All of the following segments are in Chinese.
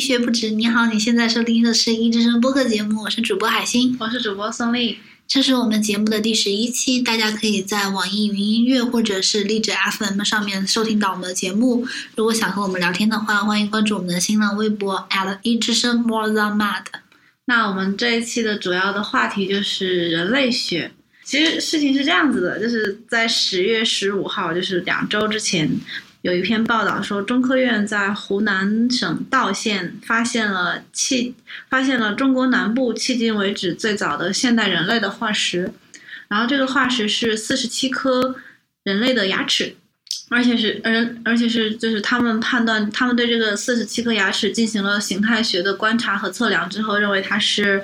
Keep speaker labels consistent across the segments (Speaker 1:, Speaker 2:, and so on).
Speaker 1: 学不止。你好，你现在收听的是《一之声》播客节目，我是主播海星，
Speaker 2: 我是主播宋丽。
Speaker 1: 这是我们节目的第十一期，大家可以在网易云音乐或者是荔枝 FM 上面收听到我们的节目。如果想和我们聊天的话，欢迎关注我们的新浪微博一之声 More Than Mad。
Speaker 2: 那我们这一期的主要的话题就是人类学。其实事情是这样子的，就是在十月十五号，就是两周之前，有一篇报道说，中科院在湖南省道县发现了迄发现了中国南部迄今为止最早的现代人类的化石，然后这个化石是四十七颗人类的牙齿，而且是而而且是就是他们判断他们对这个四十七颗牙齿进行了形态学的观察和测量之后，认为它是。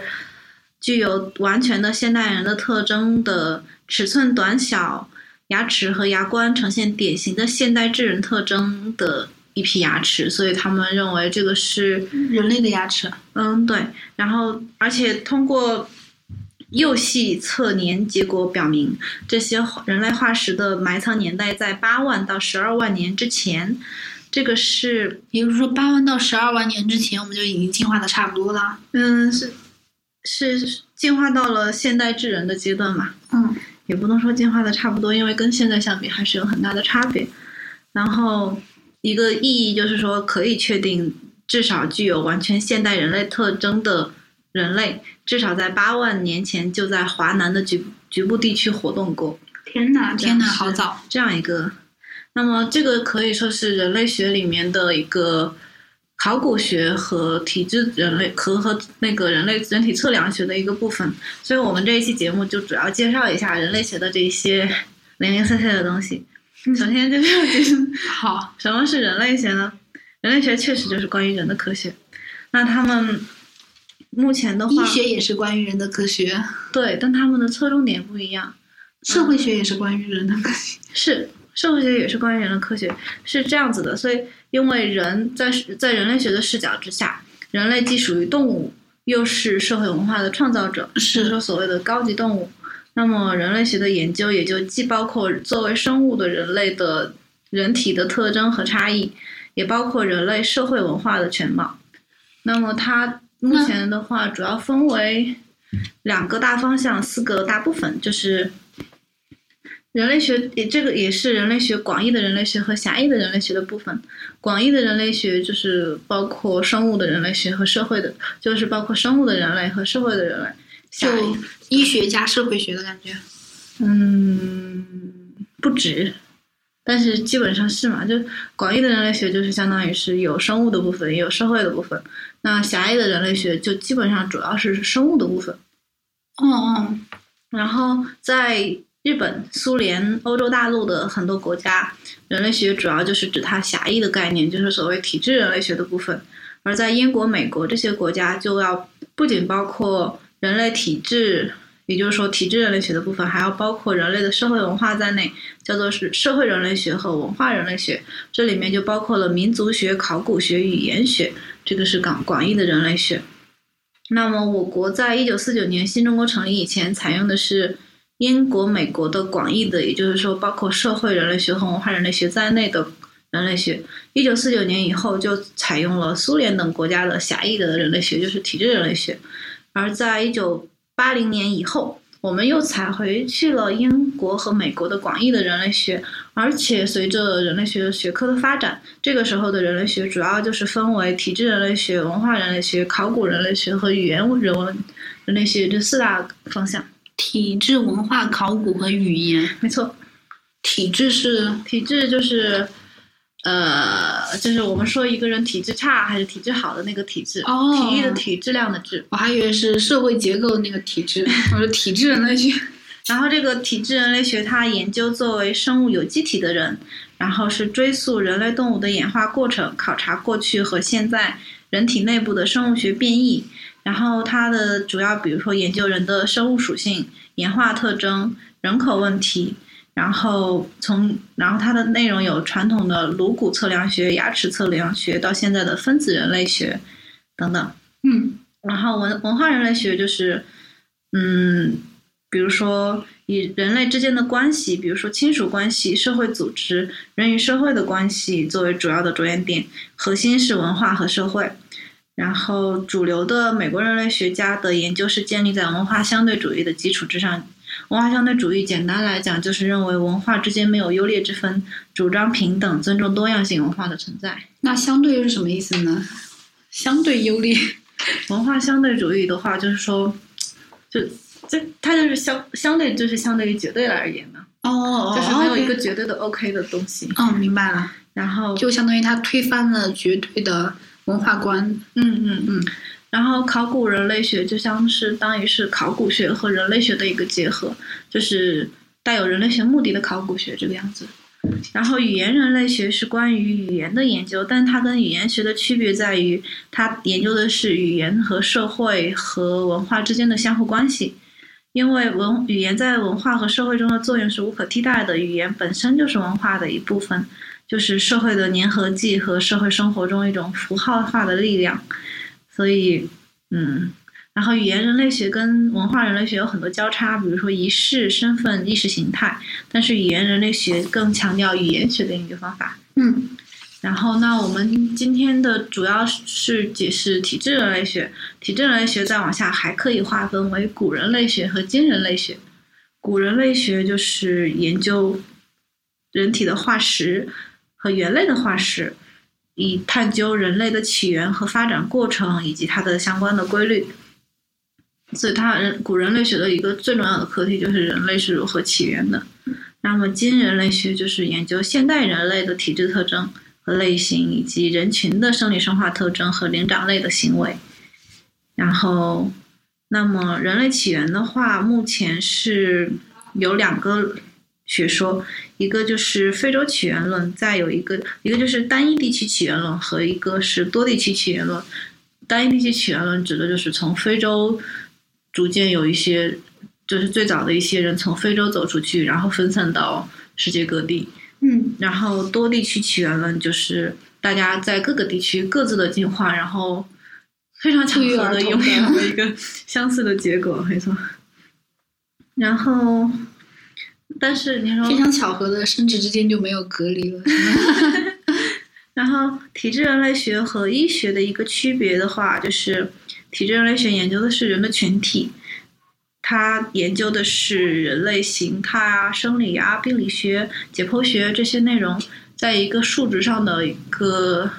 Speaker 2: 具有完全的现代人的特征的尺寸短小、牙齿和牙冠呈现典型的现代智人特征的一批牙齿，所以他们认为这个是
Speaker 1: 人类的牙齿。
Speaker 2: 嗯，对。然后，而且通过幼细测年结果表明，这些人类化石的埋藏年代在八万到十二万年之前。这个是，
Speaker 1: 也就是说，八万到十二万年之前，我们就已经进化的差不多了。
Speaker 2: 嗯，是。是进化到了现代智人的阶段嘛？
Speaker 1: 嗯，
Speaker 2: 也不能说进化的差不多，因为跟现在相比还是有很大的差别。然后一个意义就是说，可以确定至少具有完全现代人类特征的人类，至少在八万年前就在华南的局局部地区活动过。
Speaker 1: 天哪，天哪，好早！
Speaker 2: 这样一个，那么这个可以说是人类学里面的一个。考古学和体质人类和和那个人类整体测量学的一个部分，所以我们这一期节目就主要介绍一下人类学的这些零零碎碎的东西。首先就是
Speaker 1: 好，
Speaker 2: 什么是人类学呢？人类学确实就是关于人的科学。那他们目前的话，
Speaker 1: 医学也是关于人的科学，
Speaker 2: 对，但他们的侧重点不一样。
Speaker 1: 社会学也是关于人的科学，
Speaker 2: 嗯、是。社会学也是关于人的科学，是这样子的。所以，因为人在在人类学的视角之下，人类既属于动物，又是社会文化的创造者，
Speaker 1: 是
Speaker 2: 说所谓的高级动物。那么，人类学的研究也就既包括作为生物的人类的人体的特征和差异，也包括人类社会文化的全貌。那么，它目前的话主要分为两个大方向，四个大部分，就是。人类学也这个也是人类学广义的人类学和狭义的人类学的部分。广义的人类学就是包括生物的人类学和社会的，就是包括生物的人类和社会的人类。
Speaker 1: 就医学加社会学的感觉。
Speaker 2: 嗯，不止，但是基本上是嘛。就广义的人类学就是相当于是有生物的部分，也有社会的部分。那狭义的人类学就基本上主要是生物的部分。
Speaker 1: 嗯嗯，
Speaker 2: 然后在。日本、苏联、欧洲大陆的很多国家，人类学主要就是指它狭义的概念，就是所谓体制人类学的部分；而在英国、美国这些国家，就要不仅包括人类体制，也就是说体制人类学的部分，还要包括人类的社会文化在内，叫做是社会人类学和文化人类学。这里面就包括了民族学、考古学、语言学，这个是广广义的人类学。那么，我国在一九四九年新中国成立以前，采用的是。英国、美国的广义的，也就是说包括社会人类学和文化人类学在内的人类学，一九四九年以后就采用了苏联等国家的狭义的人类学，就是体制人类学。而在一九八零年以后，我们又采回去了英国和美国的广义的人类学，而且随着人类学学科的发展，这个时候的人类学主要就是分为体制人类学、文化人类学、考古人类学和语言人文人类学这四大方向。
Speaker 1: 体制、文化、考古和语言，
Speaker 2: 没错。
Speaker 1: 体制是
Speaker 2: 体制，就是，呃，就是我们说一个人体质差还是体质好的那个体质。
Speaker 1: 哦。
Speaker 2: 体育的体，质量的质。
Speaker 1: 我还以为是社会结构那个体制，我说体制人类学。
Speaker 2: 然后这个体制人类学，它研究作为生物有机体的人，然后是追溯人类动物的演化过程，考察过去和现在人体内部的生物学变异。然后它的主要，比如说研究人的生物属性、演化特征、人口问题，然后从然后它的内容有传统的颅骨测量学、牙齿测量学，到现在的分子人类学等等。
Speaker 1: 嗯，
Speaker 2: 然后文文化人类学就是，嗯，比如说以人类之间的关系，比如说亲属关系、社会组织、人与社会的关系作为主要的着眼点，核心是文化和社会。然后，主流的美国人类学家的研究是建立在文化相对主义的基础之上。文化相对主义简单来讲，就是认为文化之间没有优劣之分，主张平等，尊重多样性文化的存在。
Speaker 3: 那相对又是什么意思呢？相对优劣，
Speaker 2: 文化相对主义的话，就是说，就就它就是相相对就是相对于绝对而言嘛，
Speaker 3: 哦
Speaker 2: 就是没有一个绝对的 OK 的东西。
Speaker 3: 哦，明白了，
Speaker 2: 然后，
Speaker 3: 就相当于他推翻了绝对的文化观。
Speaker 2: 嗯嗯嗯，然后考古人类学就像是当于是考古学和人类学的一个结合，就是带有人类学目的的考古学这个样子。然后语言人类学是关于语言的研究，但它跟语言学的区别在于，它研究的是语言和社会和文化之间的相互关系。因为文语言在文化和社会中的作用是无可替代的，语言本身就是文化的一部分，就是社会的粘合剂和社会生活中一种符号化的力量。所以，嗯，然后语言人类学跟文化人类学有很多交叉，比如说仪式、身份、意识形态。但是语言人类学更强调语言学的研究方法。
Speaker 3: 嗯，
Speaker 2: 然后，那我们今天的主要是解释体制人类学。体制人类学再往下还可以划分为古人类学和今人类学。古人类学就是研究人体的化石和猿类的化石，以探究人类的起源和发展过程以及它的相关的规律。所以它，人古人类学的一个最重要的课题就是人类是如何起源的。那么，今人类学就是研究现代人类的体质特征和类型，以及人群的生理生化特征和灵长类的行为。然后，那么人类起源的话，目前是有两个学说，一个就是非洲起源论，再有一个一个就是单一地区起源论和一个是多地区起源论。单一地区起源论指的就是从非洲逐渐有一些，就是最早的一些人从非洲走出去，然后分散到世界各地。
Speaker 3: 嗯，
Speaker 2: 然后呃多地区起源论就是大家在各个地区各自的进化，然后非常巧
Speaker 3: 不约
Speaker 2: 合
Speaker 3: 而
Speaker 2: 的
Speaker 3: 同
Speaker 2: 有
Speaker 3: 的
Speaker 2: 没有了一个相似的结果，没错。然后，但是你说
Speaker 3: 嗯非常巧合的，生殖之间就没有隔离了。
Speaker 2: 然后，体质人类学和医学的一个区别的话，就是体质人类学研究的是人的群体，它研究的是人类形态啊、生理啊、病理学、解剖学这些内容，在一个数值上的一个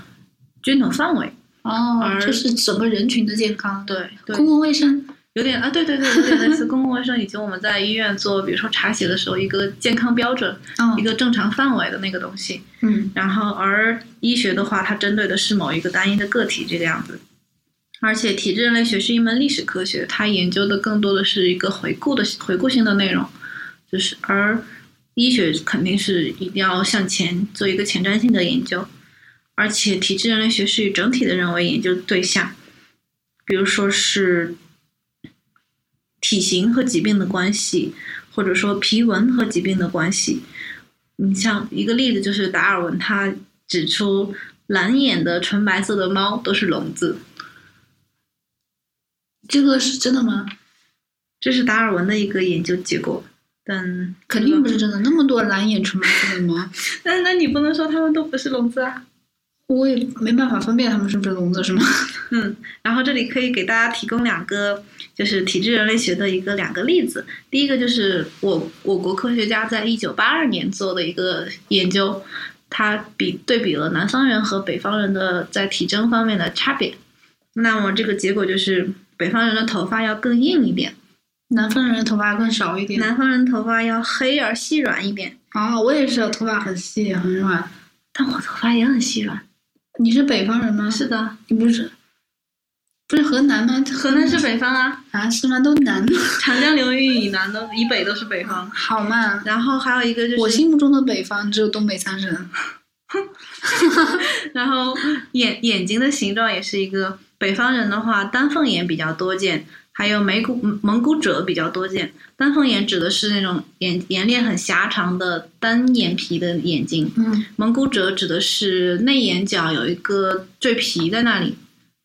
Speaker 2: 均等范围。
Speaker 3: 哦
Speaker 2: 而，
Speaker 3: 就是整个人群的健康，
Speaker 2: 对对，
Speaker 3: 公共卫生。
Speaker 2: 有点啊，对对对，有点类似公共卫生以及我们在医院做，比如说查血的时候一个健康标准、
Speaker 3: 嗯
Speaker 2: 一个正常范围的那个东西。
Speaker 3: 嗯
Speaker 2: 然后而医学的话，它针对的是某一个单一的个体这个样子。而且体质人类学是一门历史科学，它研究的更多的是一个回顾的回顾性的内容，就是而医学肯定是一定要向前做一个前瞻性的研究，而且体质人类学是以整体的人为研究对象，比如说是体型和疾病的关系，或者说皮纹和疾病的关系，你像一个例子就是达尔文，他指出蓝眼的纯白色的猫都是聋子，
Speaker 3: 这个是真的吗？
Speaker 2: 这是达尔文的一个研究结果。但
Speaker 3: 肯定不是真的，那么多蓝眼唇白色的猫，
Speaker 2: 那那你不能说他们都不是聋子啊。
Speaker 3: 我也没办法分辨它们是不是聋子，是吗？
Speaker 2: 嗯，然后这里可以给大家提供两个，就是体质人类学的一个两个例子。第一个就是我我国科学家在一九八二年做的一个研究，他比对比了南方人和北方人的在体征方面的差别。那么这个结果就是，北方人的头发要更硬一点。
Speaker 3: 南方人的头发更少一点。
Speaker 2: 南方人头发要黑而细软一点，
Speaker 3: 啊，我也是，头发很细很软。
Speaker 2: 但我头发也很细软。嗯
Speaker 3: 你是北方人吗？，
Speaker 2: 的，
Speaker 3: 你不是，不是河南吗？
Speaker 2: 河南是北方啊，
Speaker 3: 啊，是吗？ 都南的，
Speaker 2: 长江流域以南都以北都是北方。
Speaker 3: 好嘛。
Speaker 2: 然后还有一个就是，
Speaker 3: 我心目中的北方只有东北三省。
Speaker 2: 然后眼眼睛的形状也是一个，北方人的话单凤眼比较多见，还有眉骨蒙古褶比较多见。单凤眼指的是那种眼眼裂很狭长的单眼皮的眼睛，
Speaker 3: 嗯，
Speaker 2: 蒙古褶指的是内眼角有一个赘皮在那里，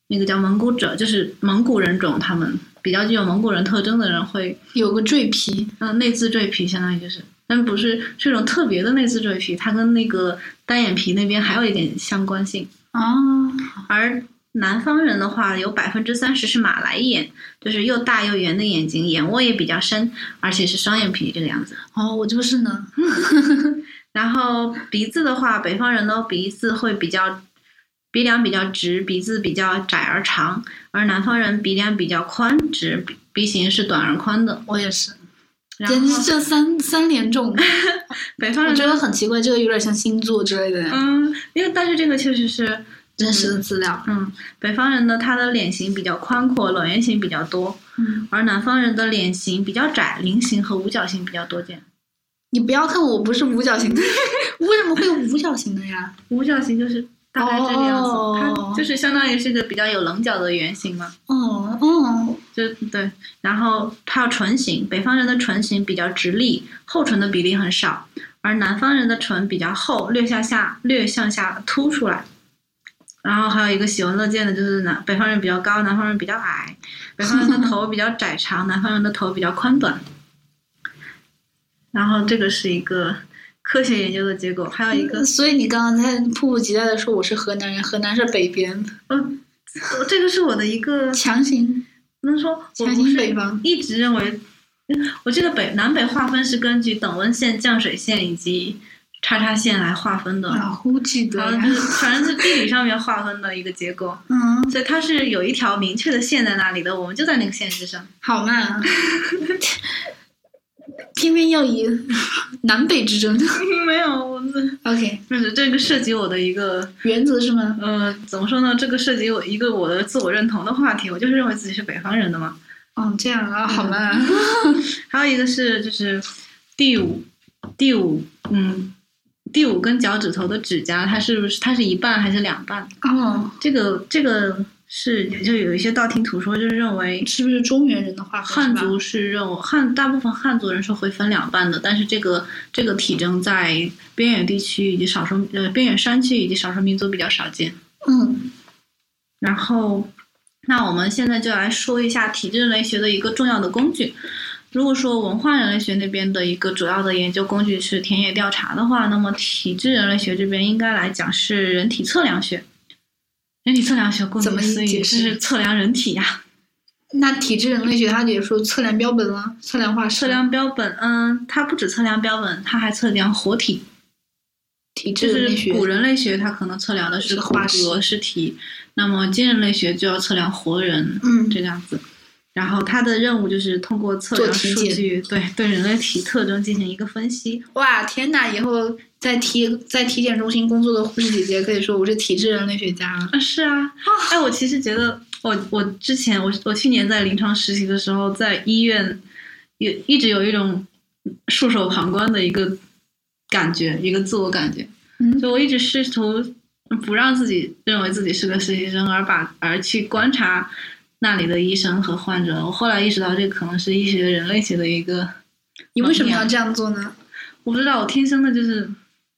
Speaker 2: 那个叫蒙古褶，就是蒙古人种，他们比较具有蒙古人特征的人会，
Speaker 3: 有个赘皮。
Speaker 2: 嗯、内眦赘皮相当于就是，但不是是一种特别的内眦赘
Speaker 3: 啊
Speaker 2: 皮，它跟那个单眼皮那边还有一点相关性。
Speaker 3: 哦，
Speaker 2: 而南方人的话，有百分之三十是马来眼，就是又大又圆的眼睛，眼窝也比较深，而且是双眼皮这个样子。
Speaker 3: 哦，我就是呢，
Speaker 2: 然后鼻子的话，北方人的鼻子会比较，鼻梁比较直，鼻子比较窄而长；而南方人鼻梁比较宽直，鼻鼻型是短而宽的。
Speaker 3: 我也是，
Speaker 2: 然
Speaker 3: 简直
Speaker 2: 后
Speaker 3: 这三三连 中，
Speaker 2: 北方
Speaker 3: 我
Speaker 2: 人
Speaker 3: 觉得很奇怪，这个有点像星座之类的
Speaker 2: 嗯，因为但是这个确实是
Speaker 3: 真实的资料。
Speaker 2: 嗯，北方人呢，他的脸型比较宽阔，椭圆形比较多；
Speaker 3: 嗯，
Speaker 2: 而南方人的脸型比较窄，菱形和五角形比较多见。
Speaker 3: 你不要看我不是五角形的，为什么会有五角形的呀？
Speaker 2: 五角形就是大概这个样子，
Speaker 3: 哦
Speaker 2: 它就是相当于是一个比较有棱角的圆形嘛。
Speaker 3: 哦哦，
Speaker 2: 就对，然后还有唇形，北方人的唇形比较直立，厚唇的比例很少，而南方人的唇比较厚，略向下略向下凸出来。然后还有一个喜闻乐见的就是南北方人比较高，南方人比较矮，北方人的头比较窄长， 南方人的头比较宽短。然后这个是一个科学研究的结果，还有一个
Speaker 3: 所以你刚刚才迫不及待的说我是河南人，河南是北边，
Speaker 2: 嗯、这个是我的一个
Speaker 3: 强行
Speaker 2: 能说我
Speaker 3: 强
Speaker 2: 不
Speaker 3: 行
Speaker 2: 是
Speaker 3: 北方。
Speaker 2: 一直认为，我记得北南北划分是根据等温线、降水线以及叉叉线来划分的，
Speaker 3: 啊，估计的
Speaker 2: 然后就是反正是地理上面划分的一个结构，
Speaker 3: 嗯，
Speaker 2: 所以它是有一条明确的线在那里的，我们就在那个线之上。
Speaker 3: 好嘛，偏偏要以南北之争。
Speaker 2: 没有，我们
Speaker 3: OK，
Speaker 2: 不是这个涉及我的一个，
Speaker 3: 原则是吗？
Speaker 2: 呃，怎么说呢？这个涉及我一个我的自我认同的话题，我就是认为自己是北方人的嘛。
Speaker 3: 哦，这样啊，好嘛，
Speaker 2: 还有一个是就是第五第五嗯第五根脚趾头的指甲，它是不是它是一半还是两半？
Speaker 3: 哦，
Speaker 2: 这个这个是就有一些道听途说，就是认为
Speaker 3: 是不是中原人的话
Speaker 2: 汉族是认为汉大部分汉族人是会分两半的，但是这个这个体征在边远地区以及少数呃边远山区以及少数民族比较少见。
Speaker 3: 嗯，
Speaker 2: 然后，那我们现在就来说一下体制人类学的一个重要的工具。如果说文化人类学那边的一个主要的研究工具是田野调查的话，那么体制人类学这边应该来讲是人体测量学。人体测量学顾
Speaker 3: 怎
Speaker 2: 名
Speaker 3: 么
Speaker 2: 思义，
Speaker 3: 解
Speaker 2: 这
Speaker 3: 释
Speaker 2: 是测量人体呀、
Speaker 3: 那体制人类学它也说测量标本了，测量化石
Speaker 2: 测量标本，嗯，它不只测量标本，它还测量活体，
Speaker 3: 体
Speaker 2: 就
Speaker 3: 制人类
Speaker 2: 是
Speaker 3: 学，
Speaker 2: 古人类学，它可能测量的是
Speaker 3: 是个
Speaker 2: 骨
Speaker 3: 化石
Speaker 2: 骼、尸体；那么今人类学就要测量活人，
Speaker 3: 嗯，
Speaker 2: 这样子。然后他的任务就是通过测
Speaker 3: 做
Speaker 2: 量
Speaker 3: 体
Speaker 2: 数
Speaker 3: 检
Speaker 2: 据，对对人类体特征进行一个分析。
Speaker 3: 哇，天呐！以后在体在体检中心工作的护士姐姐可以说我是体制人类学家了。
Speaker 2: 啊，是啊，哎，我其实觉得我，我之前我我去年在临床实习的时候，在医院也一直有一种束手旁观的一个感觉，一个自我感觉。
Speaker 3: 嗯
Speaker 2: 就我一直试图不让自己认为自己是个实习生，而把而去观察那里的医生和患者。我后来意识到，这可能是医学人类学的一个。
Speaker 3: 你为什么要这样做呢？
Speaker 2: 我不知道，我天生的就是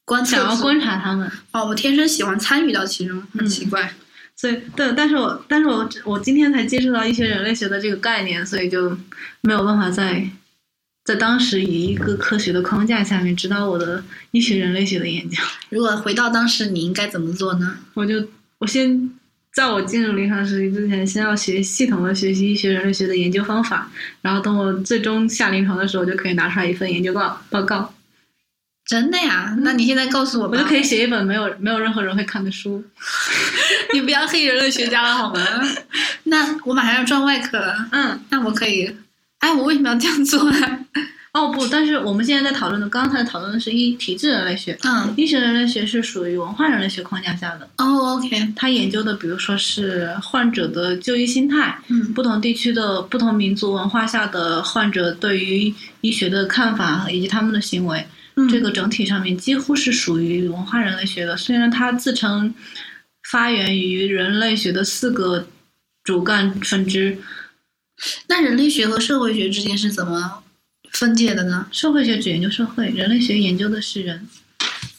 Speaker 3: 观测
Speaker 2: 想要
Speaker 3: 组
Speaker 2: 观嗯察他们，
Speaker 4: 哦，我天生喜欢参与到其中，很奇怪。
Speaker 2: 所以对，但是我但是我我今天才接触到一些人类学的这个概念，所以就没有办法在在当时以一个科学的框架下面指导我的医学人类学的研究。
Speaker 3: 如果回到当时，你应该怎么做呢？
Speaker 2: 我就我先在我进入临床实习之前，先要学系统的学习医学人类学的研究方法，然后等我最终下临床的时候，就可以拿出来一份研究报报告，
Speaker 3: 真的呀？那你现在告诉我
Speaker 2: 我
Speaker 3: 吧，
Speaker 2: 就可以写一本没有没有任何人会看的书。
Speaker 3: 你不要黑人类学家了 好吗？那我马上要转外科了，
Speaker 2: 嗯。
Speaker 3: 那我可以。哎，我为什么要这样做啊？
Speaker 2: 哦不，但是我们现在在讨论的，刚才讨论的是医体制人类学，
Speaker 3: 嗯，
Speaker 2: 医学人类学是属于文化人类学框架下的，
Speaker 3: 哦，OK，
Speaker 2: 它研究的比如说是患者的就医心态，
Speaker 3: 嗯
Speaker 2: 不同地区的不同民族文化下的患者对于医学的看法以及他们的行为，
Speaker 3: 嗯，
Speaker 2: 这个整体上面几乎是属于文化人类学的，虽然它自称发源于人类学的四个主干分支，
Speaker 3: 那人类学和社会学之间是怎么分界的呢？
Speaker 2: 社会学只研究社会，人类学研究的是人。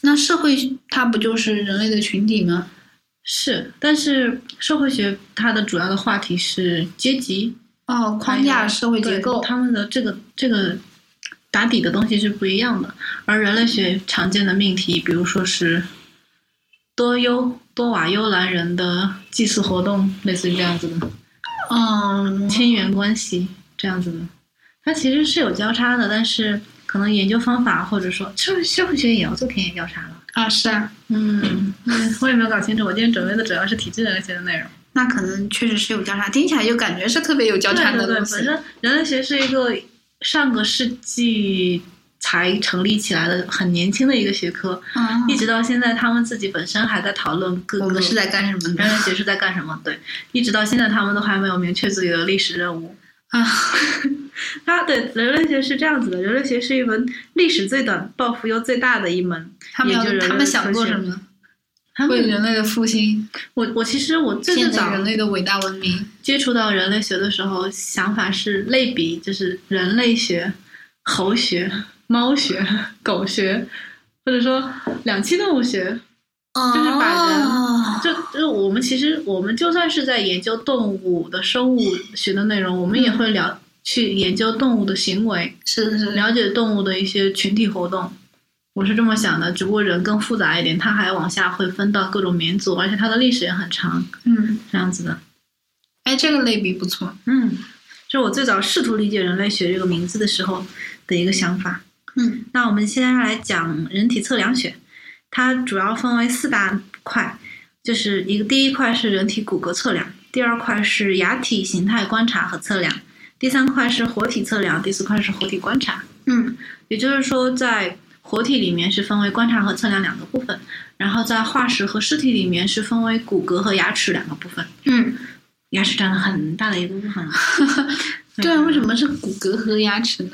Speaker 3: 那社会它不就是人类的群体吗？
Speaker 2: 是，但是社会学它的主要的话题是阶级
Speaker 3: 哦，框
Speaker 2: 还
Speaker 3: 架、
Speaker 2: 有
Speaker 3: 社会结
Speaker 2: 对
Speaker 3: 构，
Speaker 2: 他们的这个这个打底的东西是不一样的。而人类学常见的命题，比如说是多优多瓦悠兰人的祭祀活动，类似于这样子
Speaker 3: 哦
Speaker 2: 的
Speaker 3: 嗯，
Speaker 2: 亲缘关系这样子的，它其实是有交叉的，但是可能研究方法或者说，是不是社会学也要做田野调查了？
Speaker 3: 啊，是啊，
Speaker 2: 嗯，嗯 我也没有搞清楚，我今天准备的主要是体制人类学的内容。
Speaker 3: 那可能确实是有交叉，听起来就感觉是特别有交叉
Speaker 2: 对
Speaker 3: 的
Speaker 2: 对对，
Speaker 3: 东西。
Speaker 2: 反正人类学是一个上个世纪才成立起来的很年轻的一个学科，
Speaker 3: 嗯
Speaker 2: 一直到现在他们自己本身还在讨论各个
Speaker 3: 我们是在干什么
Speaker 2: 人
Speaker 3: 呢？
Speaker 2: 类学是在干什么。对，一直到现在他们都还没有明确自己的历史任务。
Speaker 3: 啊，
Speaker 2: 它对人类学是这样子的，人类学是一门历史最短、抱负又最大的一门。
Speaker 3: 他们要
Speaker 2: 也就是人类
Speaker 3: 他们想做
Speaker 2: 科学
Speaker 3: 什么？
Speaker 2: 他
Speaker 3: 为
Speaker 2: 们，
Speaker 3: 人类的复 兴，
Speaker 2: 我我其实我最最
Speaker 3: 建立
Speaker 2: 早
Speaker 3: 人类的伟大文明。
Speaker 2: 接触到人类学的时候，想法是类比，就是人类学、猴学、猫学、狗学，或者说两栖动物学。就是把人
Speaker 1: 哦
Speaker 2: 就就我们其实我们就算是在研究动物的生物学的内容，我们也会聊去研究动物的行为，
Speaker 3: 是是是，
Speaker 2: 了解动物的一些群体活动。我是这么想的，只不过人更复杂一点，它还往下会分到各种民族，而且它的历史也很长，
Speaker 3: 嗯，
Speaker 2: 这样子的。
Speaker 3: 哎，这个类比不错。
Speaker 2: 嗯，这是我最早试图理解人类学这个名字的时候的一个想法。
Speaker 3: 嗯
Speaker 2: 那我们现在来讲人体测量学，它主要分为四大块，就是一个第一块是人体骨骼测量，第二块是牙体形态观察和测量，第三块是活体测量，第四块是活体观察。
Speaker 3: 嗯
Speaker 2: 也就是说，在活体里面是分为观察和测量两个部分，然后在化石和尸体里面是分为骨骼和牙齿两个部分。
Speaker 3: 嗯，
Speaker 2: 牙齿占了很大的一个部分了。
Speaker 3: 对啊，为什么是骨骼和牙齿呢？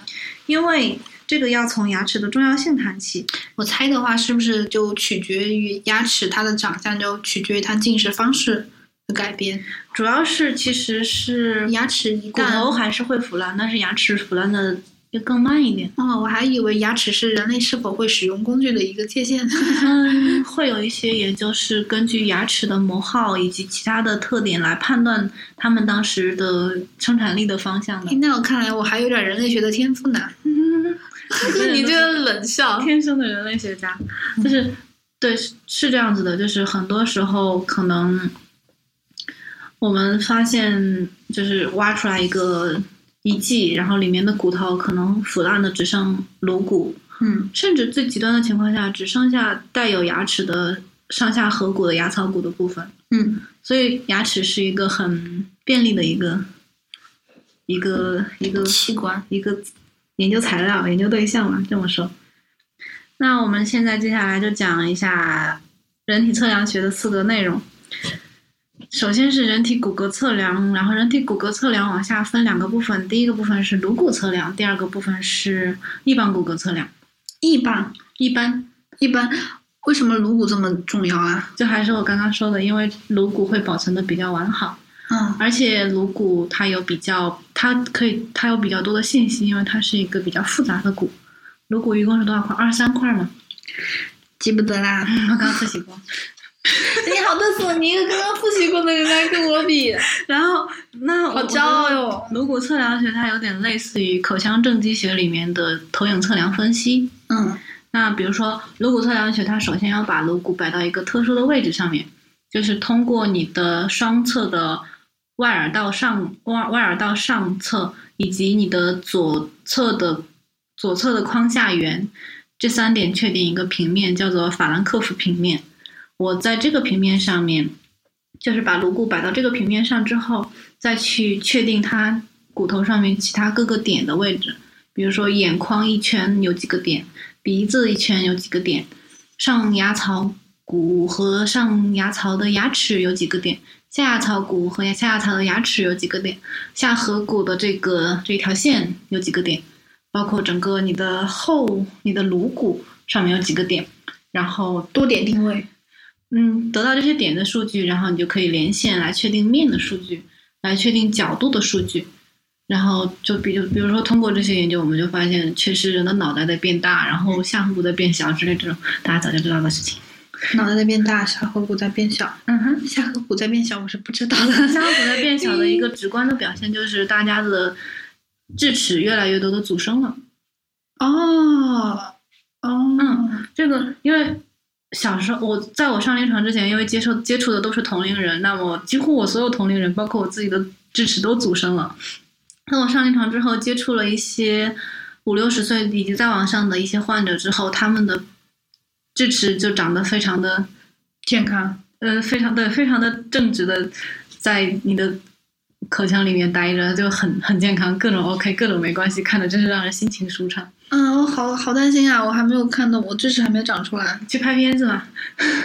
Speaker 2: 因为这个要从牙齿的重要性谈起。
Speaker 3: 我猜的话，是不是就取决于牙齿它的长相，就取决于它进食方式的改变？
Speaker 2: 主要是其实是
Speaker 3: 牙齿一
Speaker 2: 骨头
Speaker 3: 旦……，
Speaker 2: 还是会腐烂，但是牙齿腐烂的要更慢一点
Speaker 3: 哦，我还以为牙齿是人类是否会使用工具的一个界限 呢。
Speaker 2: 嗯，会有一些研究是根据牙齿的磨耗以及其他的特点来判断他们当时的生产力的方向的。
Speaker 3: 那我看来我还有点人类学的天赋 呢。嗯你这个冷笑，
Speaker 2: 天生的人类学家，就是对是是这样子的，就是很多时候可能我们发现就是挖出来一个遗迹，然后里面的骨头可能腐烂的只剩颅骨，
Speaker 3: 嗯
Speaker 2: 甚至最极端的情况下只剩下带有牙齿的上下颌骨的牙槽骨的部分，
Speaker 3: 嗯，
Speaker 2: 所以牙齿是一个很便利的一个一个一个
Speaker 1: 器官，
Speaker 2: 一个研究材料、研究对象嘛，这么说。那我们现在接下来就讲一下人体测量学的四个内容。首先是人体骨骼测量，然后人体骨骼测量往下分两个部分，第一个部分是颅骨测量，第二个部分是一般骨骼测量。
Speaker 3: 一般
Speaker 2: 一般
Speaker 3: 一般，为什么颅骨这么重要啊？
Speaker 2: 就还是我刚刚说的，因为颅骨会保存的比较完好，
Speaker 3: 嗯
Speaker 2: 而且颅骨它有比较，它可以它有比较多的信息，因为它是一个比较复杂的骨。颅骨一共是多少块？二十三块嘛。
Speaker 3: 记不得啦。
Speaker 2: 我刚刚复习过。
Speaker 3: 你好嘚瑟，你一个刚刚复习过的人来跟 我比，
Speaker 2: 然后那我
Speaker 3: 好骄傲。哟。
Speaker 2: 颅骨测量学它有点类似于口腔正畸学里面的投影测量分析。
Speaker 3: 嗯
Speaker 2: 那比如说颅骨测量学，它首先要把颅骨摆到一个特殊的位置上面，就是通过你的双侧的外耳道上外外耳道上侧以及你的左侧的左侧的框架圆这三点确定一个平面，叫做法兰克福平面。我在这个平面上面，就是把颅骨摆到这个平面上之后，再去确定它骨头上面其他各个点的位置，比如说眼眶一圈有几个点，鼻子一圈有几个点，上牙槽骨和上牙槽的牙齿有几个点，下牙槽骨和下牙槽的牙齿有几个点，下颌骨的这个这条线有几个点，包括整个你的后你的颅骨上面有几个点，然后
Speaker 3: 多点定位。
Speaker 2: 嗯，得到这些点的数据，然后你就可以连线来确定面的数据，来确定角度的数据。然后就比如，比如说通过这些研究，我们就发现，确实人的脑袋在变大，然后下颌骨在变小之类这种大家早就知道的事情。
Speaker 3: 脑袋在变大，下颌骨在变小，
Speaker 2: 嗯哼，
Speaker 3: 下颌骨在变小，我是不知道
Speaker 2: 下
Speaker 3: 的。
Speaker 2: 颌骨在变小的一个直观的表现就是大家的智齿越来越多的阻生了。
Speaker 3: 哦，哦，
Speaker 2: 嗯这个因为小时候我在我上临床之前，因为接受接触的都是同龄人，那么几乎我所有同龄人，包括我自己的智齿都阻生了。那我上临床之后，接触了一些五六十岁以及再往上的一些患者之后，他们的智齿就长得非常的
Speaker 3: 健康，
Speaker 2: 呃，非常对，非常的正直的，在你的口腔里面待着，就很很健康，各种 OK，各种没关系，看着真是让人心情舒畅。
Speaker 3: 嗯，我好好担心啊，我还没有看到，我智齿还没长出来。
Speaker 2: 去拍片子吧。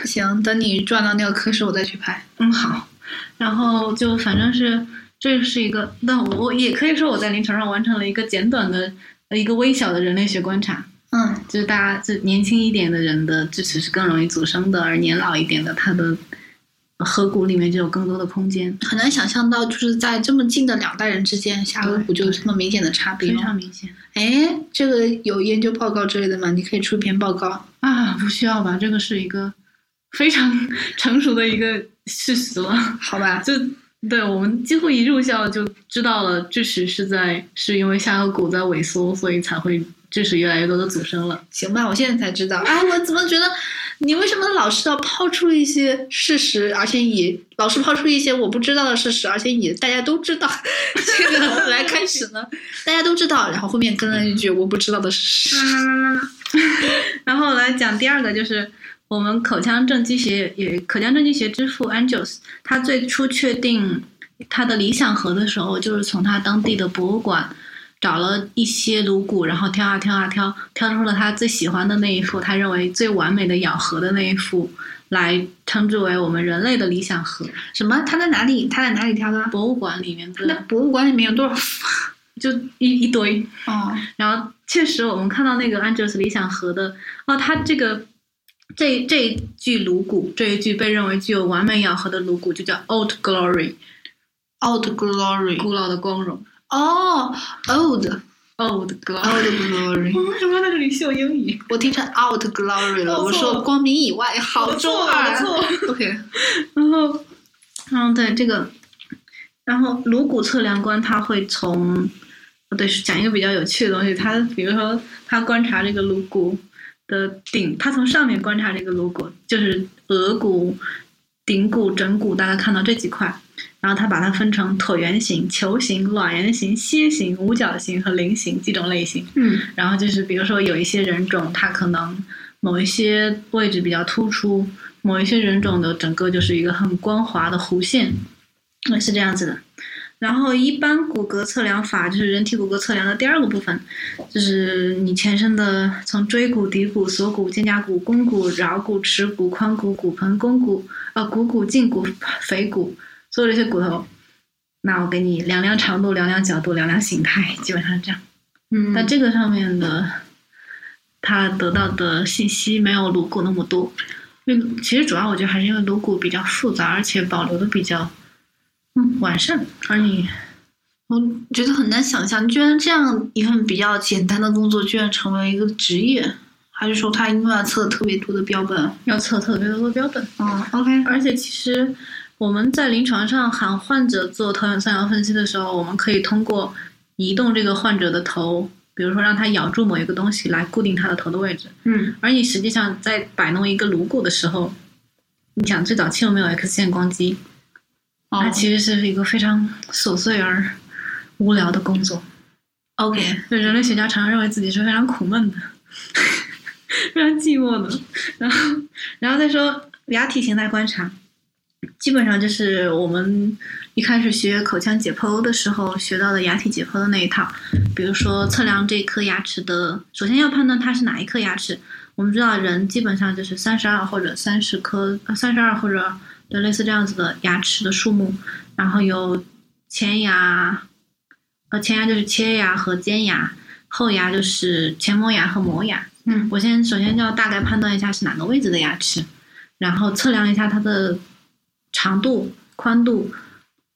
Speaker 3: 行，等你转到那个科室，我再去拍。
Speaker 2: 嗯，好。然后就反正是这是一个，那我我也可以说我在临床上完成了一个简短的呃一个微小的人类学观察，
Speaker 3: 嗯，
Speaker 2: 就是大家就年轻一点的人的智齿是更容易阻生的，而年老一点的他的颌骨里面就有更多的空间，
Speaker 3: 很难想象到，就是在这么近的两代人之间，下颌骨就有这么明显的差别
Speaker 2: 非
Speaker 3: 哦。
Speaker 2: 常明显
Speaker 3: 哎，这个有研究报告之类的吗？你可以出一篇报告。
Speaker 2: 啊，不需要吧？这个是一个非常 成熟的一个事实了，
Speaker 3: 好吧，
Speaker 2: 就。对我们几乎一入校就知道了，智齿是在是因为下颌骨在萎缩，所以才会智齿越来越多的阻生了。
Speaker 3: 行吧，我现在才知道。哎，我怎么觉得你为什么老是要抛出一些事实，而且以老是抛出一些我不知道的事实，而且以大家都知道 这个来开始呢？大家都知道，然后后面跟了一句我不知道的事实。
Speaker 2: 嗯 然后来讲第二个，就是我们口腔正畸学有口腔正畸学之父 Andrews，他最初确定他的理想核的时候，就是从他当地的博物馆找了一些颅骨，然后挑啊挑啊挑，挑出了他最喜欢的那一副，他认为最完美的咬合的那一副，来称之为我们人类的理想核。
Speaker 3: 什么？他在哪里？他在哪里挑的？
Speaker 2: 博物馆里面
Speaker 3: 那
Speaker 2: 的
Speaker 3: 博物馆里面有多少幅？
Speaker 2: 就一一堆，
Speaker 3: 哦，
Speaker 2: 然后确实，我们看到那个安哲斯理想盒的，哦，它这个这这一具颅骨，这一具被认为具有完美咬合的颅骨，就叫 Old Glory，
Speaker 3: 《Old Glory》
Speaker 2: 古老的光荣
Speaker 3: 哦，《Old》《
Speaker 2: ，Old Glory。
Speaker 3: Old Glory》，
Speaker 2: 我哦为什么在这里秀英语？
Speaker 3: 我听成《Out Glory》了。
Speaker 2: 我
Speaker 3: 我
Speaker 2: 错了
Speaker 3: 说光明以外，好中二。啊
Speaker 2: 我错了
Speaker 3: OK，
Speaker 2: 然后，嗯，对这个，然后颅骨测量官他会从，哦对，讲一个比较有趣的东西，他比如说他观察这个颅骨的顶，他从上面观察这个颅骨，就是额骨、顶骨、枕骨，大概看到这几块，然后他把它分成椭圆形、球形、卵圆形、楔形、五角形和菱形几种类型。
Speaker 3: 嗯
Speaker 2: 然后就是比如说有一些人种，它可能某一些位置比较突出，某一些人种的整个就是一个很光滑的弧线，嗯是这样子的。然后一般骨骼测量法就是人体骨骼测量的第二个部分，就是你全身的从椎骨、骶骨、锁骨、肩胛骨、肱骨、桡骨、尺骨、髋骨、骨盆、肱骨、呃股骨、胫骨、腓骨，所有这些骨头。那我给你量量长度，量量角度，量量形态，基本上是这样。
Speaker 3: 嗯
Speaker 2: 那这个上面的，他得到的信息没有颅骨那么多，因为其实主要我觉得还是因为颅骨比较复杂，而且保留的比较嗯完善，而你
Speaker 1: 我
Speaker 3: 嗯
Speaker 1: 觉得很难想象，居然这样一份比较简单的工作，居然成为一个职业，还是说他因为
Speaker 3: 啊
Speaker 1: 要测特别多的标本？
Speaker 2: 要测特别多的标本。
Speaker 1: 嗯，OK，
Speaker 2: 而且其实我们在临床上喊患者做头眼三摇分析的时候，我们可以通过移动这个患者的头，比如说让他咬住某一个东西来固定他的头的位置。
Speaker 1: 嗯，
Speaker 2: 而你实际上在摆弄一个颅骨的时候，你想最早期有没有 X 线光机？
Speaker 1: 哦
Speaker 2: 它其实是一个非常琐碎而无聊的工作。
Speaker 1: ，OK，
Speaker 2: 就人类学家常常认为自己是非常苦闷的，非常寂寞的。然后，然后再说牙体形态观察，基本上就是我们一开始学口腔解剖的时候学到的牙体解剖的那一套。比如说测量这颗牙齿的，首先要判断它是哪一颗牙齿。我们知道人基本上就是三十二或者三十颗，呃三十二或者对类似这样子的牙齿的数目，然后有前牙，呃，前牙就是切牙和尖牙，后牙就是前磨牙和磨牙。
Speaker 3: 嗯，
Speaker 2: 我先首先就要大概判断一下是哪个位置的牙齿，然后测量一下它的长度、宽度，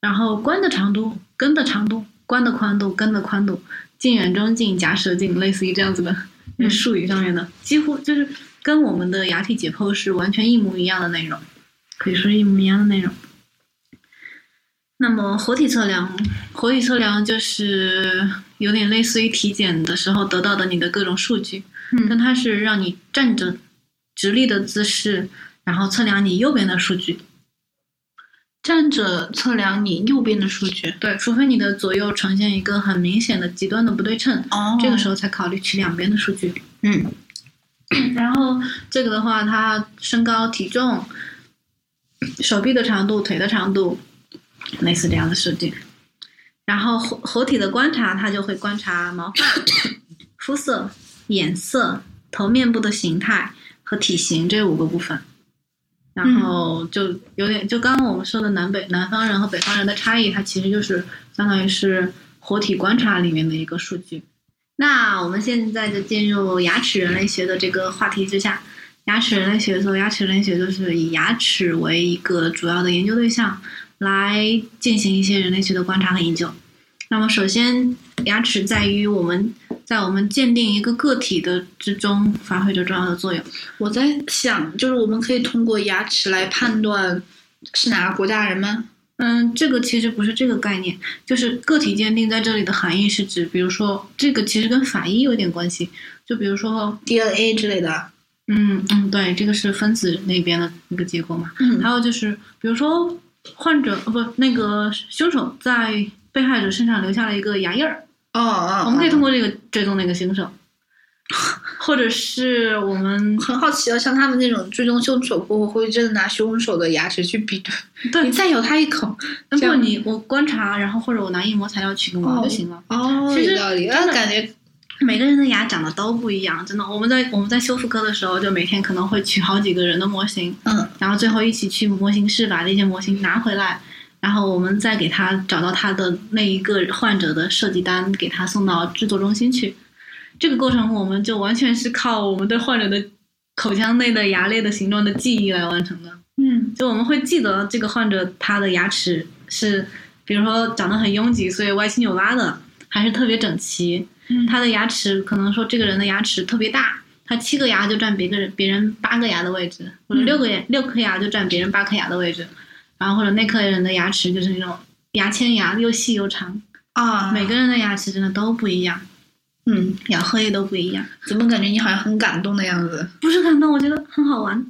Speaker 2: 然后冠的长度、根的长度、冠的宽度、根的宽度，近远中近夹舌近，类似于这样子的
Speaker 3: 嗯
Speaker 2: 术语上面的，几乎就是跟我们的牙体解剖是完全一模一样的内容，可以说是一模一样的内容。那么活体测量，活体测量就是有点类似于体检的时候得到的你的各种数据，
Speaker 3: 嗯
Speaker 2: 但它是让你站着直立的姿势，然后测量你右边的数据。
Speaker 1: 站着测量你右边的数据。
Speaker 2: 对，除非你的左右呈现一个很明显的极端的不对称，
Speaker 1: 哦
Speaker 2: 这个时候才考虑取两边的数据。
Speaker 1: 嗯，
Speaker 2: 然后这个的话，它身高、体重、手臂的长度、腿的长度，类似这样的数据。然后猴猴体的观察，它就会观察毛发、 肤色、眼色、头面部的形态和体型这五个部分。然后就有点，就刚刚我们说的南北南方人和北方人的差异，它其实就是相当于是活体观察里面的一个数据。那我们现在就进入牙齿人类学的这个话题之下。牙齿人类学所谓牙齿人类学就是以牙齿为一个主要的研究对象，来进行一些人类学的观察和研究。那么，首先，牙齿在于我们在我们鉴定一个个体的之中发挥着重要的作用。
Speaker 3: 我在想，就是我们可以通过牙齿来判断是哪个国家人吗？
Speaker 2: 嗯，这个其实不是这个概念，就是个体鉴定在这里的含义是指，比如说这个其实跟法医有点关系，就比如说，
Speaker 3: DNA 之类的。啊
Speaker 2: 嗯嗯，对，这个是分子那边的一个结果嘛。
Speaker 3: 嗯
Speaker 2: 还有就是，比如说患者呃不那个凶手在被害者身上留下了一个牙印儿，
Speaker 3: 哦哦，
Speaker 2: 我们可以
Speaker 3: 哦
Speaker 2: 通过这个追踪那个凶手，或者是我们
Speaker 3: 很好奇的，啊像他们那种追踪凶手过后，会真的拿凶手的牙齿去比对。
Speaker 2: 对
Speaker 3: 你，再咬他一口，
Speaker 2: 不
Speaker 3: 这
Speaker 2: 过
Speaker 3: 样
Speaker 2: 你我观察，然后或者我拿硬膜材料取个毛就行了。
Speaker 3: 哦
Speaker 2: 其实
Speaker 3: 有道理。
Speaker 2: 真
Speaker 3: 啊
Speaker 2: 的
Speaker 3: 感觉
Speaker 2: 每个人的牙长得都不一样，真的。我们在我们在修复科的时候，就每天可能会取好几个人的模型，
Speaker 3: 嗯，
Speaker 2: 然后最后一起去模型室把那些模型拿回来，然后我们再给他找到他的那一个患者的设计单，给他送到制作中心去。这个过程我们就完全是靠我们对患者的口腔内的牙列的形状的记忆来完成的。
Speaker 3: 嗯
Speaker 2: 就我们会记得这个患者他的牙齿是，比如说长得很拥挤，所以歪七扭八的，还是特别整齐。
Speaker 3: 嗯
Speaker 2: 他的牙齿可能说这个人的牙齿特别大，他七个牙就占别个人别人八个牙的位置，或者
Speaker 3: 嗯
Speaker 2: 六个牙、六颗牙就占别人八颗牙的位置，然后或者那颗人的牙齿就是那种牙签牙又细又长，
Speaker 3: 啊，
Speaker 2: 每个人的牙齿真的都不一样，
Speaker 3: 嗯，
Speaker 2: 咬合也都不一样，
Speaker 3: 怎么感觉你好像很感动的样子？
Speaker 2: 不是感动，我觉得很好玩。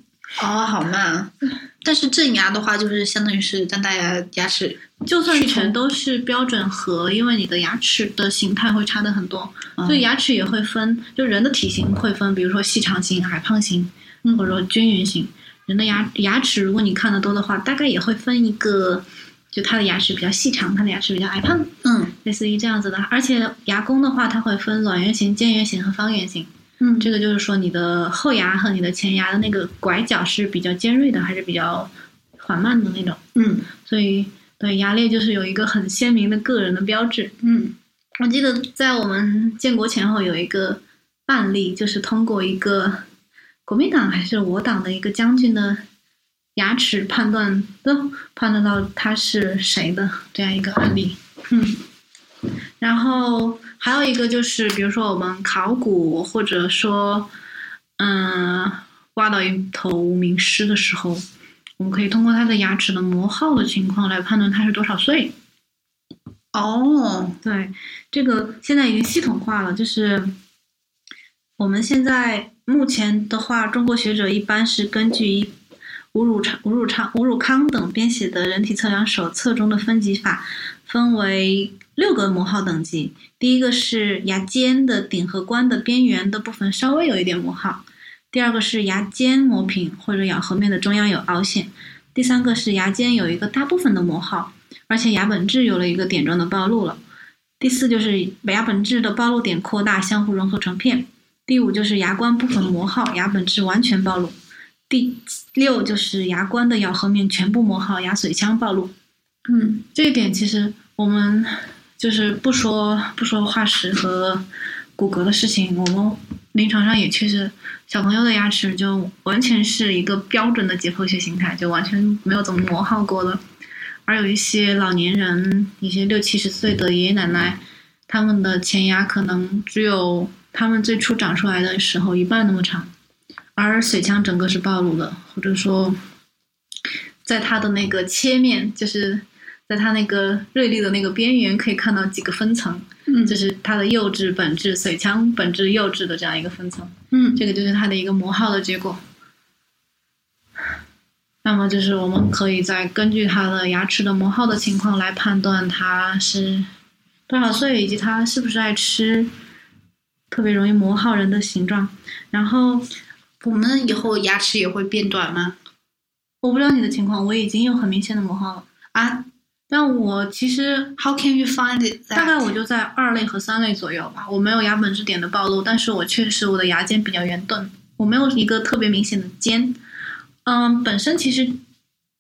Speaker 3: 哦，好慢。
Speaker 1: 但是正牙的话，就是相当于是让大家牙齿
Speaker 2: 就算
Speaker 1: 是
Speaker 2: 全
Speaker 1: 从
Speaker 2: 都是标准和，因为你的牙齿的形态会差的很多，
Speaker 1: 嗯
Speaker 2: 所以牙齿也会分，就人的体型会分，比如说细长型、矮胖型，
Speaker 3: 嗯
Speaker 2: 或者说均匀型。人的牙牙齿，如果你看的多的话，大概也会分一个，就他的牙齿比较细长，他的牙齿比较矮胖，
Speaker 1: 嗯
Speaker 2: 类似于这样子的。而且牙弓的话，它会分卵圆形、尖圆形和方圆形。
Speaker 1: 嗯
Speaker 2: 这个就是说你的后牙和你的前牙的那个拐角是比较尖锐的，还是比较缓慢的那种。
Speaker 1: 嗯
Speaker 2: 所以对牙列就是有一个很鲜明的个人的标志。
Speaker 1: 嗯
Speaker 2: 我记得在我们建国前后有一个案例，就是通过一个国民党还是我党的一个将军的牙齿判断，都判断到他是谁的这样一个案例。
Speaker 1: 嗯，
Speaker 2: 然后还有一个就是，比如说我们考古或者说，嗯、挖到一头无名尸的时候，我们可以通过他的牙齿的磨耗的情况来判断他是多少岁。
Speaker 3: 哦，
Speaker 2: 对，这个现在已经系统化了，就是我们现在目前的话，中国学者一般是根据一吴汝昌、吴汝昌、吴汝康等编写的《人体测量手册》中的分级法，分为六个磨耗等级。第一个是牙尖的顶和冠的边缘的部分稍微有一点磨耗，第二个是牙尖磨平或者咬合面的中央有凹陷，第三个是牙尖有一个大部分的磨耗，而且牙本质有了一个点状的暴露了。第四就是牙本质的暴露点扩大，相互融合成片。第五就是牙冠部分磨耗，牙本质完全暴露。第六就是牙冠的咬合面全部磨耗，牙髓腔暴露。
Speaker 3: 嗯
Speaker 2: 这一点其实我们就是不说不说化石和骨骼的事情，我们临床上也确实，小朋友的牙齿就完全是一个标准的解剖学形态，就完全没有怎么磨耗过的。而有一些老年人，一些六七十岁的爷爷奶奶，他们的前牙可能只有他们最初长出来的时候一半那么长，而髓腔整个是暴露的，或者说，在它的那个切面，就是在它那个锐利的那个边缘，可以看到几个分层，
Speaker 3: 嗯
Speaker 2: 这是它的釉质、本质、髓腔本质、釉质的这样一个分层。
Speaker 3: 嗯
Speaker 2: 这个就是它的一个磨耗的结果。那么就是我们可以再根据他的牙齿的磨耗的情况来判断他是多少岁，以及他是不是爱吃特别容易磨耗人的形状。然后
Speaker 3: 我们以后牙齿也会变短吗？
Speaker 2: 我不知道你的情况，我已经有很明显的磨耗了，
Speaker 3: 啊
Speaker 2: 但我其实
Speaker 3: ，How can you find it？
Speaker 2: 大概我就在二类和三类左右吧。我没有牙本质点的暴露，但是我确实我的牙尖比较圆钝，我没有一个特别明显的尖。嗯，本身其实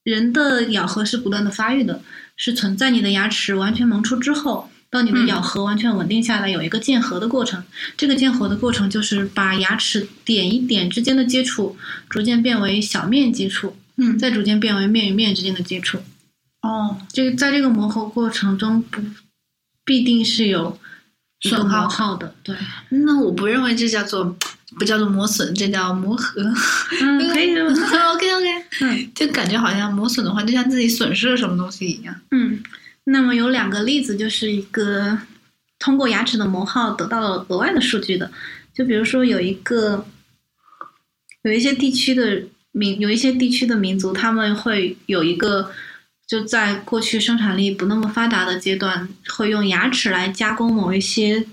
Speaker 2: 人的咬合是不断的发育的，是存在你的牙齿完全萌出之后，到你的
Speaker 3: 嗯
Speaker 2: 咬合完全稳定下来，有一个间合的过程。这个间合的过程就是把牙齿点与点之间的接触逐渐变为小面接触，
Speaker 3: 嗯，
Speaker 2: 再逐渐变为面与面之间的接触。
Speaker 3: 哦，
Speaker 2: 这个在这个磨合过程中不必定是有一个
Speaker 3: 损耗
Speaker 2: 磨耗的，对，
Speaker 3: 那我不认为这叫做不叫做磨损，这叫磨合。
Speaker 2: 嗯，可以的，
Speaker 3: OK OK，
Speaker 2: 嗯
Speaker 3: 就感觉好像磨损的话，就像自己损失了什么东西一样。
Speaker 2: 嗯。那么有两个例子，就是一个通过牙齿的磨耗得到了额外的数据的，就比如说有一个有一些地区的民，有一些地区的民族，他们会有一个。就在过去生产力不那么发达的阶段，会用牙齿来加工某一些，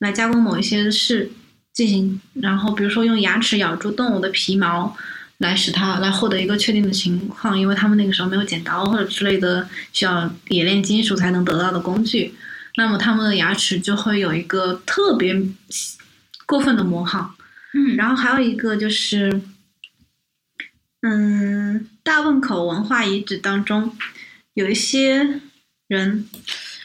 Speaker 2: 来加工某一些事进行，然后比如说用牙齿咬住动物的皮毛，来使它来获得一个确定的情况，因为他们那个时候没有剪刀或者之类的需要冶炼金属才能得到的工具，那么他们的牙齿就会有一个特别过分的磨耗。
Speaker 3: 嗯
Speaker 2: 然后还有一个就是，嗯，大汶口文化遗址当中有一些人，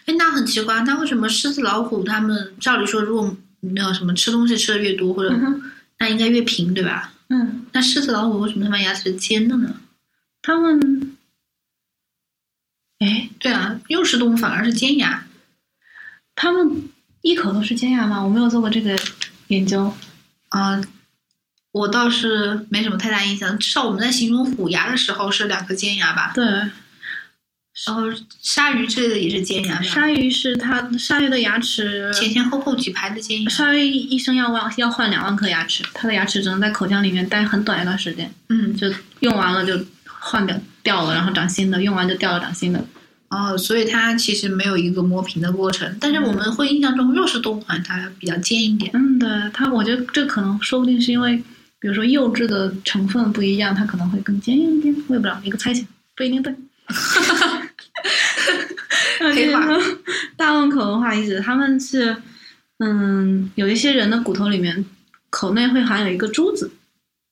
Speaker 3: 哎，那很奇怪，那为什么狮子、老虎它们照理说，如果没有什么吃东西吃的越多，或者、
Speaker 2: 嗯
Speaker 3: 那应该越平，对吧？
Speaker 2: 嗯，
Speaker 3: 那狮子、老虎为什么它们牙齿是尖的呢？
Speaker 2: 他们，哎，
Speaker 3: 对啊，肉食动物反而是尖牙。
Speaker 2: 他们一口都是尖牙吗？我没有做过这个研究。
Speaker 3: 啊、我倒是没什么太大印象，至少我们在形容虎牙的时候是两个尖牙吧，
Speaker 2: 对，
Speaker 3: 然后鲨鱼之类的也是尖牙吧，
Speaker 2: 鲨鱼是它鲨鱼的牙齿，
Speaker 3: 前前后后几排的尖牙。
Speaker 2: 鲨鱼一生要换要换两万颗牙齿，它的牙齿只能在口腔里面待很短一段时间，
Speaker 3: 嗯，
Speaker 2: 就用完了就换掉掉了，然后长新的，用完就掉了长新的。
Speaker 3: 哦，所以它其实没有一个磨平的过程，但是我们会印象中肉食动物好像它比较尖一点。
Speaker 2: 嗯，对，它我觉得这可能说不定是因为，比如说釉质的成分不一样，它可能会更坚硬一点，我也不知道，一个猜想，不一定对。
Speaker 3: 黑化
Speaker 2: 然后就是说 大汶口文化遗址，他们是，嗯，有一些人的骨头里面口内会含有一个珠子，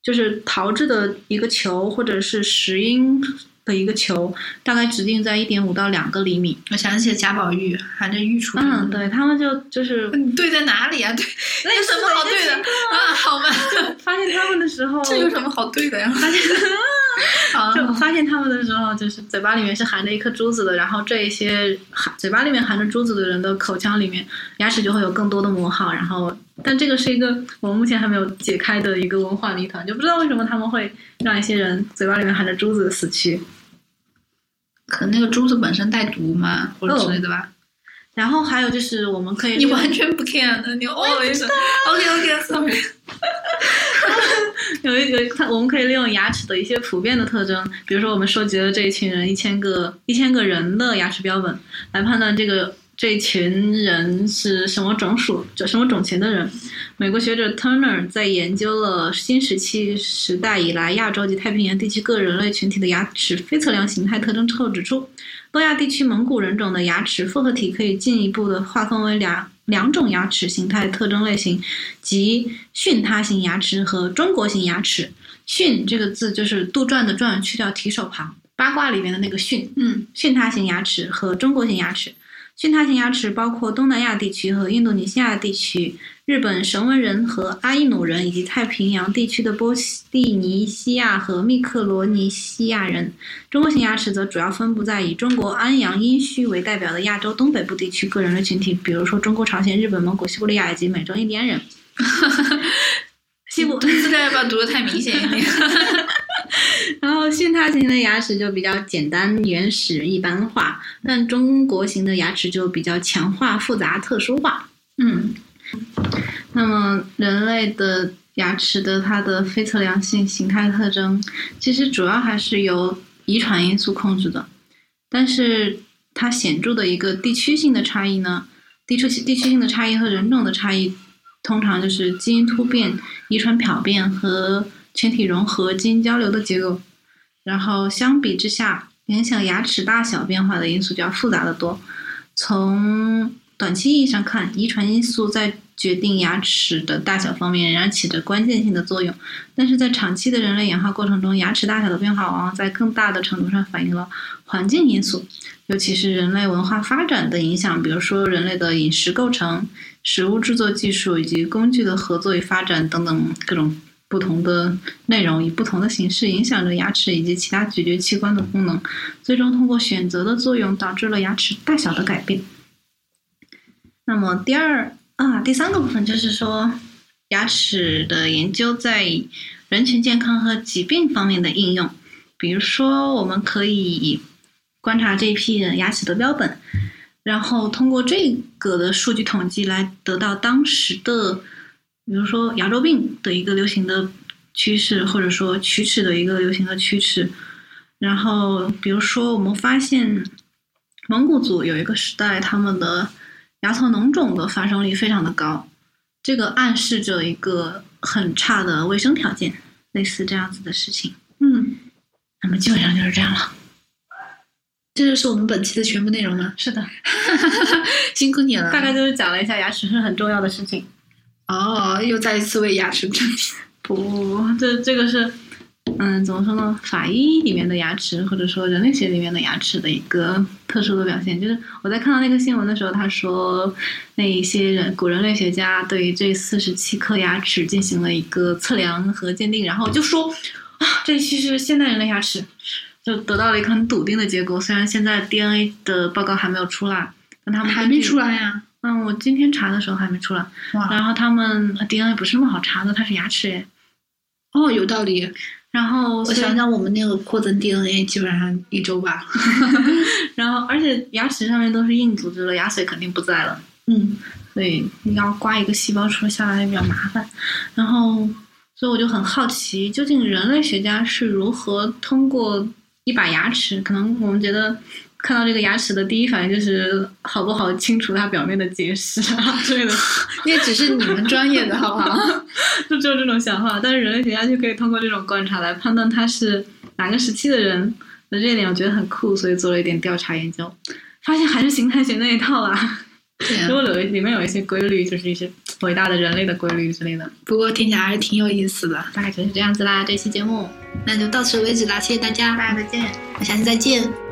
Speaker 2: 就是陶制的一个球，或者是石英的一个球，大概直径在一点五到两个厘米。
Speaker 3: 我想起了贾宝玉含着玉杵。
Speaker 2: 嗯，，对他们就就是
Speaker 3: 你对在哪里啊？对，
Speaker 2: 那
Speaker 3: 有什么好对的？啊？好吧，
Speaker 2: 发现他们的 时候，
Speaker 3: 这有什么好对的呀？
Speaker 2: 发现
Speaker 3: 嗯 啊，
Speaker 2: 就发现他们的时候，就是嘴巴里面是含着一颗珠子的，然后这一些含嘴巴里面含着珠子的人的口腔里面，牙齿就会有更多的磨耗。然后，但这个是一个我们目前还没有解开的一个文化谜团，就不知道为什么他们会让一些人嘴巴里面含着珠子死去。
Speaker 3: 可能那个珠子本身带毒嘛，或者之类的吧。
Speaker 2: 然后还有就是我们可以
Speaker 3: 你完全不 care 的，你哦一声，OK OK sorry。
Speaker 2: 有一个，它我们可以利用牙齿的一些普遍的特征，比如说我们收集了这一群人一千个一千个人的牙齿标本，来判断这个这一群人是什么种属、就什么种群的人。美国学者 Turner 在研究了新石器时代以来亚洲及太平洋地区各人类群体的牙齿非测量形态特征之后指出，东亚地区蒙古人种的牙齿复合体可以进一步的划分为两两种牙齿形态特征类型，即训他型牙齿和中国型牙齿。训这个字就是杜撰的撰，去掉提手旁，八卦里面的那个训。
Speaker 3: 嗯，
Speaker 2: 训他型牙齿和中国型牙齿。训他型牙齿包括东南亚地区和印度尼西亚地区、日本神文人和阿伊努人，以及太平洋地区的波利尼西亚和密克罗尼西亚人。中国型牙齿则主要分布在以中国安阳殷墟为代表的亚洲东北部地区个人类群体，比如说中国朝鲜、日本、蒙古、西伯利亚以及美洲印第安人。西部
Speaker 3: 字带把读的太明显一点。
Speaker 2: 然后训他型的牙齿就比较简单、原始、一般化，但中国型的牙齿就比较强化、复杂、特殊化。
Speaker 3: 嗯，
Speaker 2: 那么人类的牙齿的它的非测量性、形态特征，其实主要还是由遗传因素控制的。但是它显著的一个地区性的差异呢，地区地区性的差异和人种的差异，通常就是基因突变、遗传漂变和全体融合、基因交流的结构。然后相比之下，影响牙齿大小变化的因素就要复杂的多。从短期意义上看，遗传因素在决定牙齿的大小方面仍然起着关键性的作用，但是在长期的人类演化过程中，牙齿大小的变化往往在更大的程度上反映了环境因素，尤其是人类文化发展的影响，比如说人类的饮食构成、食物制作技术以及工具的合作与发展等等各种不同的内容，以不同的形式影响着牙齿以及其他咀嚼器官的功能，最终通过选择的作用导致了牙齿大小的改变。那么第二啊，第三个部分就是说，牙齿的研究在人群健康和疾病方面的应用。比如说，我们可以观察这一批人牙齿的标本，然后通过这个的数据统计来得到当时的，比如说牙周病的一个流行的趋势，或者说龋齿的一个流行的趋势。然后，比如说，我们发现蒙古族有一个时代，他们的牙槽脓肿的发生率非常的高，这个暗示着一个很差的卫生条件，类似这样子的事情。
Speaker 3: 嗯，
Speaker 2: 那么基本上就是这样了。
Speaker 3: 这就是我们本期的全部内容了，
Speaker 2: 是的，
Speaker 3: 辛苦你了。
Speaker 2: 大概就是讲了一下牙齿是很重要的事情。
Speaker 3: 哦，又再一次为牙齿 证明。
Speaker 2: 不不不，这这个是，嗯，怎么说呢？法医里面的牙齿，或者说人类学里面的牙齿的一个特殊的表现，就是我在看到那个新闻的时候，他说那一些人古人类学家对于这四十七颗牙齿进行了一个测量和鉴定，然后就说啊，这其实是现代人的牙齿，就得到了一个很笃定的结果。虽然现在 DNA 的报告还没有出来，但他们
Speaker 3: 还
Speaker 2: 根
Speaker 3: 没
Speaker 2: 据
Speaker 3: 出来啊呀、
Speaker 2: 嗯，我今天查的时候还没出来。
Speaker 3: 哇，
Speaker 2: 然后他们呃 DNA 不是那么好查的，它是牙齿哎。
Speaker 3: 哦，有道理。
Speaker 2: 然后
Speaker 3: 我
Speaker 2: 所以
Speaker 3: 想想，我们那个扩增 DNA 基本上一周吧。
Speaker 2: 然后而且牙齿上面都是硬组织了，牙髓肯定不在了，
Speaker 3: 嗯，
Speaker 2: 所以你要刮一个细胞出来下来也比较麻烦。然后，所以我就很好奇，究竟人类学家是如何通过一把牙齿？可能我们觉得看到这个牙齿的第一反应就是好不好清除它表面的结石啊之类的，
Speaker 3: 那只是你们专业的，好不好？
Speaker 2: 就只有这种想法。但是人类学家就可以通过这种观察来判断他是哪个时期的人，那这一点我觉得很酷，所以做了一点调查研究，发现还是形态学那一套啦。
Speaker 3: 对啊呀
Speaker 2: 如果有一里面有一些规律，就是一些伟大的人类的规律之类的，
Speaker 3: 不过听起来还是挺有意思的。
Speaker 2: 大概就是这样子啦。这期节目，
Speaker 1: 那就到此为止啦，谢谢大家，
Speaker 2: 大家再见。
Speaker 1: 我下次再见。